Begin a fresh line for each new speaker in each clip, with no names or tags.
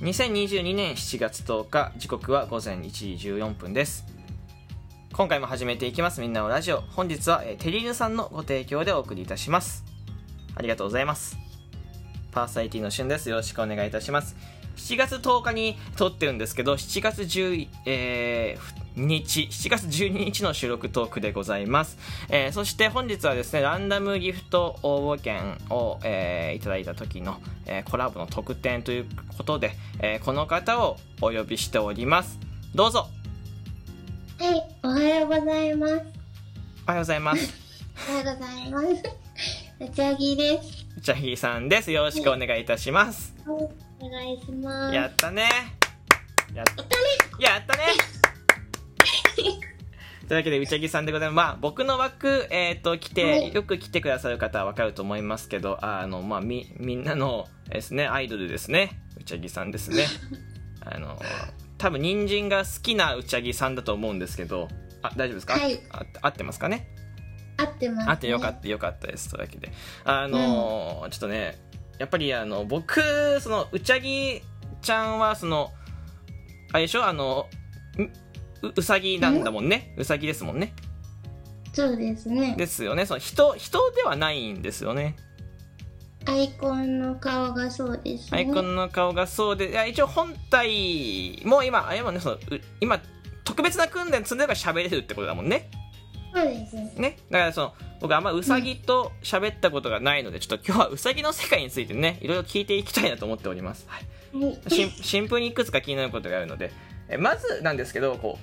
2022年7月10日時刻は午前1時14分です今回も始めていきますみんなのラジオ本日は、えー、テリーヌさんのご提供でお送りいたしますありがとうございますパーソナリティのしゅんですよろしくお願いいたします7月10日に撮ってるんですけど7月10、えー日7月12日の収録トークでございます、えーそして本日はですねランダムギフト応募券を、えーいただいた時の、えーコラボの特典ということで、えーこの方をお呼びしておりますどうぞ
はい、おはようございます。
おはようございます
お はようございます。うちあぎです。
ジャヒーさんですよろしくお願いいたします
お願いします。
やったねやったねやったね というわけでうちゃぎさんでございます、まあ、僕の枠、えー、と来
は
て
い
よく来てくださる方は分かると思いますけどあの、まあ、みみんなのですねアイドルですねうちゃぎさんです ねあの多分人参が好きなうちゃぎさんだと思うんですけどあ大丈夫ですか、
はい
あ合ってますかね
合ってます、ね。
あってよかったよかったですというわけであのーちょっとねやっぱりあの僕そのうちゃぎちゃんはそのあれでしょあのうううさぎなんだもんねうさぎですもんね
そうですね。
ですよねその人人ではないんですよね
アイコンの顔がそうですね。
アイコンの顔がそうでいや一応本体も今あれもねそのう今特別な訓練積んでれば喋れるってことだもんね
そうですね。
ねだからその僕あんまうさぎと喋ったことがないので、ちょっと今日はうさぎの世界についてねいろいろ聞いていきたいなと思っております、はい、
はい。
新新聞にいくつか気になることがあるのでえまずなんですけどこ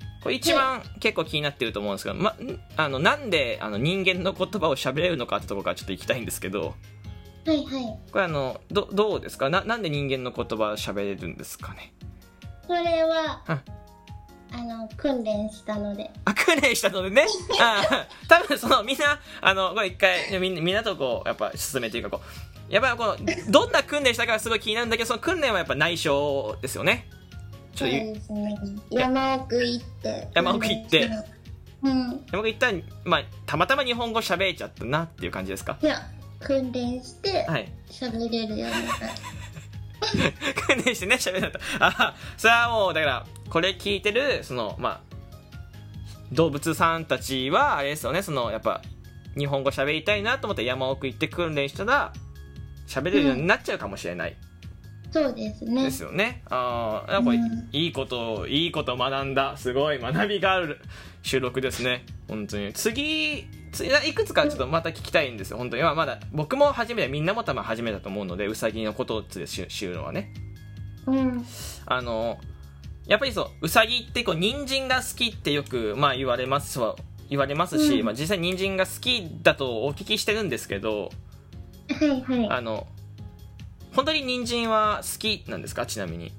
うこれ一番結構気になってると思うんですけど、ま、んあのなんであの人間の言葉を喋れるのかってところからちょっと行きたいんですけど
はいはい。
これあのどどうですかななんで人間の言葉喋れるんですかね
それは、
うん
あの、訓練したので。
あ訓練したのでねあー多分そのみんなあのこれ一回みんなみんなとこうやっぱ進めというかこうやっぱこのどんな訓練したかがすごい気になるんだけどその訓練はやっぱ内緒ですよねち
そ
ょ
う
っと言う
ですね。山奥行って。
山奥行って
うん。
僕一旦、まあ、たまたま日本語喋れちゃったなっていう感じですか
いや、訓練して、
はい
喋れるようになった。
訓練して ね喋れなかったあーそれはもうだからこれ聞いてるそのまあ動物さんたちはあれですよねそのやっぱ日本語喋りたいなと思って山奥行って訓練したら喋れるようになっちゃうかもしれない、
そうですね。
ですよね。ああ、これ、
うん
いいことを、いいことを学んだ。すごい学びがある収録ですね。本当に。次、次いくつかちょっとまた聞きたいんですよ。本当に。まあまだ、僕も初めて、みんなも多分初めてだと思うので、うさぎのことをし知るのはね。
うん。
あの、やっぱりそう、うさぎってこう、人参が好きってよく、まあ言われますそう言われますし、
うん
まあ実際人参が好きだとお聞きしてるんですけど、
はいはい。
あの、本当に人参は好きなんですかちなみに。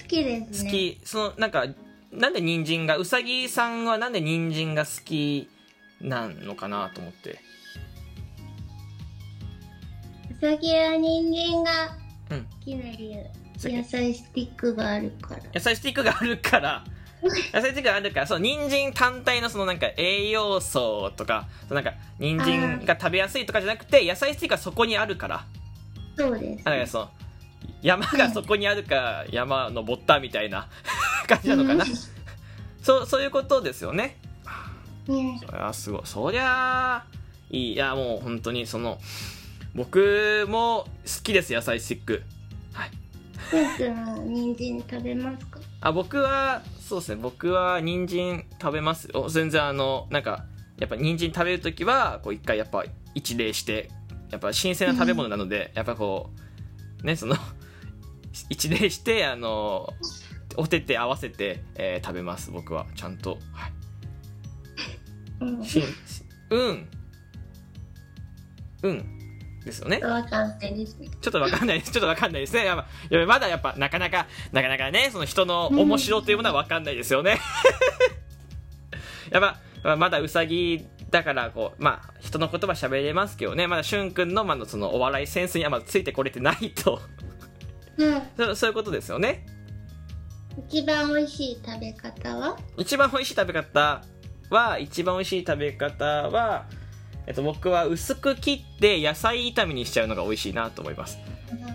好きです
好
ね。
き、そのなんかなんで人参がうさぎさんはなんで人参が好きなんのかなと思って
うさぎは人間が
うん
好きな理由、
さっき
野菜スティックがあるから
野菜スティックがあるから野菜スティックがあるからそう人参単体のそのなんか栄養素とかそのなんか人参が食べやすいとかじゃなくて野菜スティックがそこにあるから
そうです
あだからその山がそこにあるから山登ったみたいな 感じなのかな、 そうそういうことですよね
うんね
いやすごいそりゃあいいいやもう本当にその僕も好きです野菜スティックはい
ふうくんは人参食べますか
あ僕はそうですね僕は人参食べますお全然あのなんかやっぱ人参食べる時はこう一回やっぱ一礼してやっぱ新鮮な食べ物なので、やっぱこうねその 一礼してあのお手手合わせて、えー食べます僕はちゃんとはい
うん
ししうんうんですよね
わかんないですね
ちょっとわかんないですち ょっとわかんないですねやばいやまだやっぱなかなかなかなかねその人の面白というものはわかんないですよね やばまあまだウサギだからこうまあ人の言葉喋れますけどねまだしゅんくんの,、まあ、そのお笑いセンスにはまだついてこれてないと
うん
そうそういうことですよね
一番美味しい食べ方は
一番美味しい食べ方は一番美味しい食べ方は、えっと、僕は薄く切って野菜炒めにしちゃうのが美味しいなと思います
うん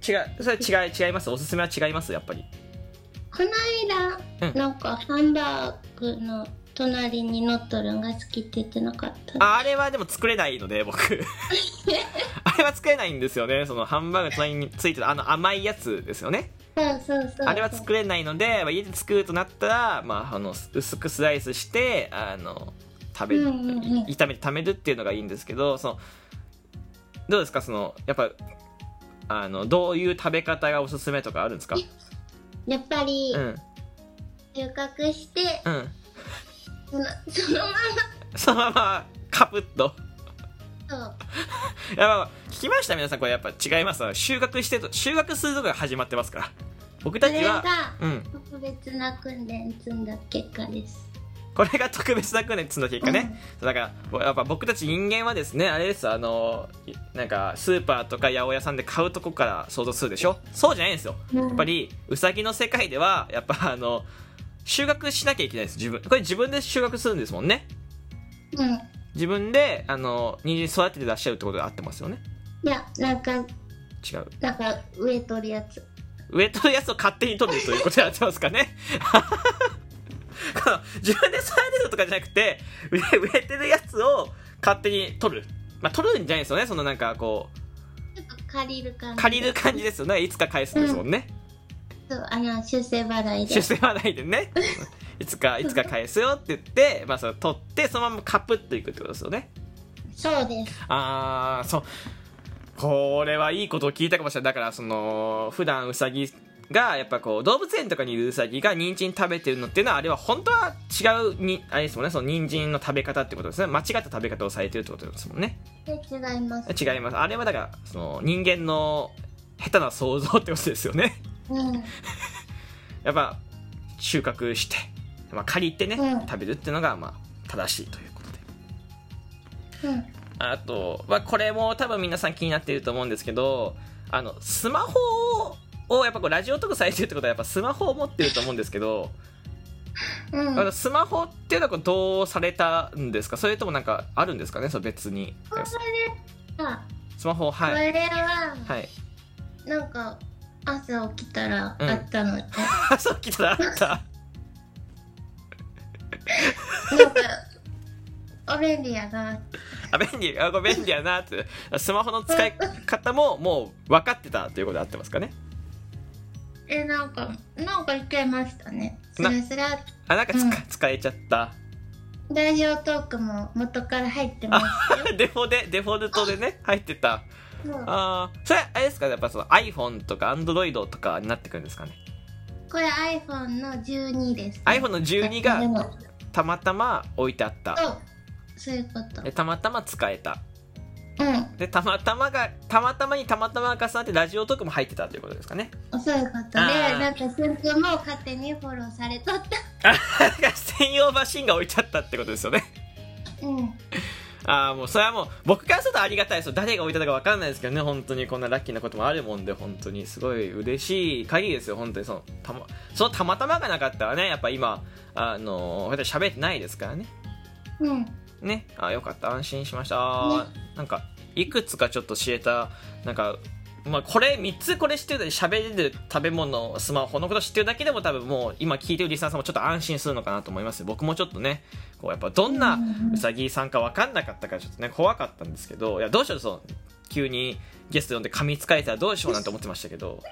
ち違うそれ違い違いますおすすめは違いますやっぱり
この間、
うん
なんかハンバーグの隣にノットルンが好きって言ってなかった
ああれはでも作れないので 僕あれは作れないんですよねそのハンバーグの隣についてるあの甘いやつですよね
そうそうそう
あれは作れないので、まあ、家で作るとなったら、まあ、あの薄くスライスしてあの食べ、
うんうんうん
炒めて食べるっていうのがいいんですけどそのどうですかそのやっぱあのどういう食べ方がおすすめとかあるんですか
やっぱり
うん
収穫して、
うん
そのそのま
そのままカプッと
まと
いやまあ聞きました皆さんこれやっぱ違います収穫してと収穫するとこが始まってますから僕た
そ
ち
れ
は
が
うん
特別な訓練積んだ結果です
これが特別な訓練っつうの結果ね、だからやっぱ僕たち人間はですねあれですあのいなんかスーパーとか八百屋さんで買うとこから想像するでしょそうじゃないんですよ
や
やっぱりウサギの世界ではやっぱあの収穫しなきゃいけないです自分これ自分で収穫するんですもんね
うんい
自分であの人参育ててらっしゃるってことで合ってますよね
やなんか
違う
なんか上取るやつ
上とのやつを勝手に取るということになってますかね この自分で育てるとかじゃなくて植え植えてるやつを勝手に取るまあ取るんじゃないですよねそのなんかこ
ちょっと借りる感
う
じ
借りる感じですよねいつか返すんですもんね、
そうあの出世払い で
出世はないでねいつかいつか返すよって言って、まあ、その取ってそのままカプッといくってことですよね
そうです
ああそうこれはいいことを聞いたかもしれないだからその普段ウサギがやっぱこう動物園とかにいるウサギが人参食べてるのっていうのはあれは本当は違うにあれですもんねその人参の食べ方ってことですね間違った食べ方をされてるってことですもんね
で違います
違いますあれはだからその人間の下手な想像ってことですよね
うん
やっぱ収穫して、まあ、借りてね、
うん
食べるっていうのがまあ正しいということで
うん
あと、まあ、これも多分皆さん気になっていると思うんですけどあのスマホをやっぱこうラジオトークされてるってことはやっぱスマホを持ってると思うんですけど、
うん
あのスマホっていうのはこうどうされたんですかそれともなんかあるんですかねそれ別に
これは、
スマホはい、
これは、
はい、
なんか朝起きたら
うん
あったので、
あ そう来たらあった
なんか お便利やな
あ便利あこれ便利やなってスマホの使い方ももう分かってたということであってますかね
えなんかなんかいけましたねス
な
ラスラ
あなんかつか、
う
使えちゃった
ラジオトークも元から入ってますよ
デフォでデフォルトでね入ってた
そう
ああそれあれですかやっぱその iPhone とか Android とかになってくるんですかね
これ iPhone の12です、
iPhone の12
で
が
も
たまたま置いてあった
そうそういうこと
でたまたま使えた
う
でたまたまがたまたまにたまたまが重なってラジオトークも入ってたということですかね
んそういうことで
あー
なんかすんくんも勝手にフォローされとった
あなんか専用マシンが置いてあったってことですよね
うん
ああもうそれはもう僕からするとありがたいですよ誰が置いてたか分かんないですけどね本当にこんなラッキーなこともあるもんで本当にすごい嬉しい限りですよ本当にそのたまそのたまたまがなかったらねやっぱ今あのー、喋ってないですからね
うん
ねあよかった安心しましたあー、なんかいくつかちょっと知れたなんかまあこれ3つこれ知ってるだけ喋れる食べ物スマホのこと知ってるだけでも多分もう今聞いてるリスナーさんもちょっと安心するのかなと思います僕もちょっとねこうやっぱどんなうさぎさんか分かんなかったからちょっとね怖かったんですけどいやどうしようその急にゲスト呼んで噛みつかれたらどうしようなんて思ってましたけど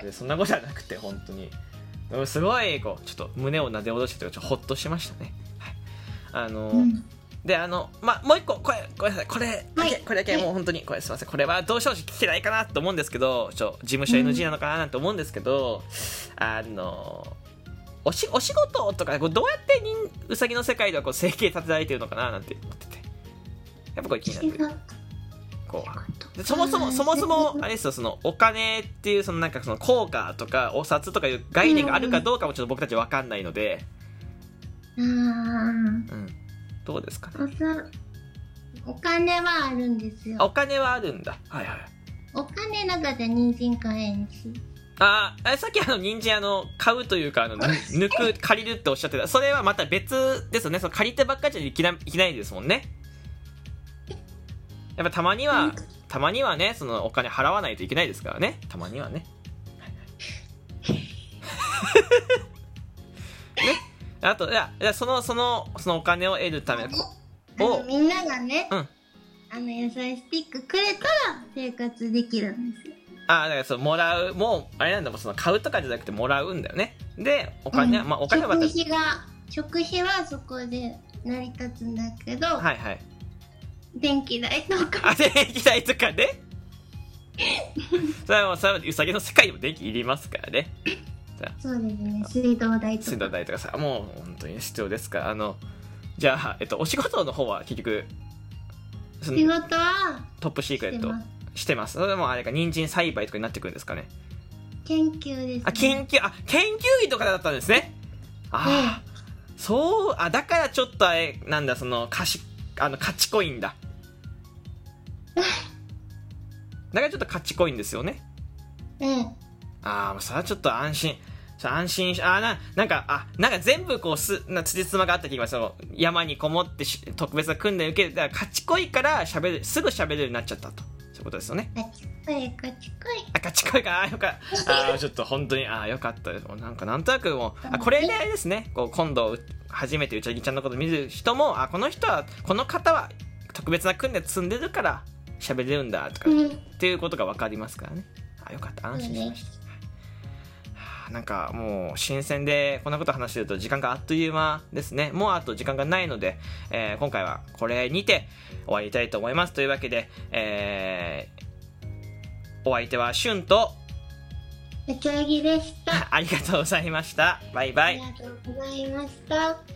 でそんなことじゃなくて本当にでもすごいこうちょっと胸をなで下ろしてというかちょっとほっとしましたね、はい、あの、
うん
であのまあもう一個これごめんなさいこれだけ、
はい
これだけもう本当にこれすいませんこれはどうしようし聞けないかなと思うんですけどちょ事務所 NG なのかななんて思うんですけど、あのおしお仕事とかこうどうやって人うさぎの世界ではこう生計立てられてるのかななんて思っててやっぱこれ気になるこうでそもそもそもそもあれですよそのお金っていうそのなんかその効果とかお札とかいう概念があるかどうかもちょっと僕たち分かんないので、
あ
う
ー
ん、どうですかね
おさお金はあるんです
あ
よ
お金はあるんだはいはい
お金なかったら人参買えんし
あーあさっきあの人参あの買うというかあのぬ抜く借りるっておっしゃってたそれはまた別ですよねその借りてばっかりじゃいけないいけないですもんねやっぱたまにはたまにはねそのお金払わないといけないですからねたまにはねはいはいねあといやいやそのそのそのお金を得るためこ
あ
お
のみんながね、
うん
あの野菜スティックくれたら生活できるんですよ
あだからそうもらうもうあれなんだもうその買うとかじゃなくてもらうんだよねでお金は、
うん
まあお金はまた
食費が食費はそこで成り立つんだけど、
はいはい
電気代とか
あ電気代とかねそれはもうそれはうさぎの世界でも電気いりますからね
そうですね水道代と
水
か
道代とかさもう本当に必要ですからあのじゃあ、えっと、お仕事の方は結局そ
仕事
の
は
トップシークレッ
して
ト
ます
してますそれでもあれか人参栽培とかになってくるんですかね
研究です、ね、
あ研究あ研究医とかだったんですねああ、そうあだからちょっとあれなんだそのかしあの勝ちこいん だだからちょっと勝ちこいんですよね
うん
ああもうそれはちょっと安心それ安心しあーななんかあなんか全部こうすなつじつまがあった気がその山にこもってし特別な訓練受けるだから勝ちこいからしゃべるすぐしゃべれるようになっちゃったとそういうことですよね
カチコイカチコイ
あ勝ちこいからあーよかったあーちょっと本当にあーよかったですもうなんかなんとなくもうあこれであれですねこう今度初めてうちゃぎちゃんのこと見る人もあこの人はこの方は特別な訓練積んでるからしゃべれるんだとか
うん
っていうことが分かりますからねあよかった安心しました、はあなんかもう新鮮でこんなこと話してると時間があっという間ですねもうあと時間がないので、えー今回はこれにて終わりたいと思いますというわけで、えーお相手はしゅんと
うちゃぎでした
ありがとうございましたバイバ
あ
イ
りがとうございました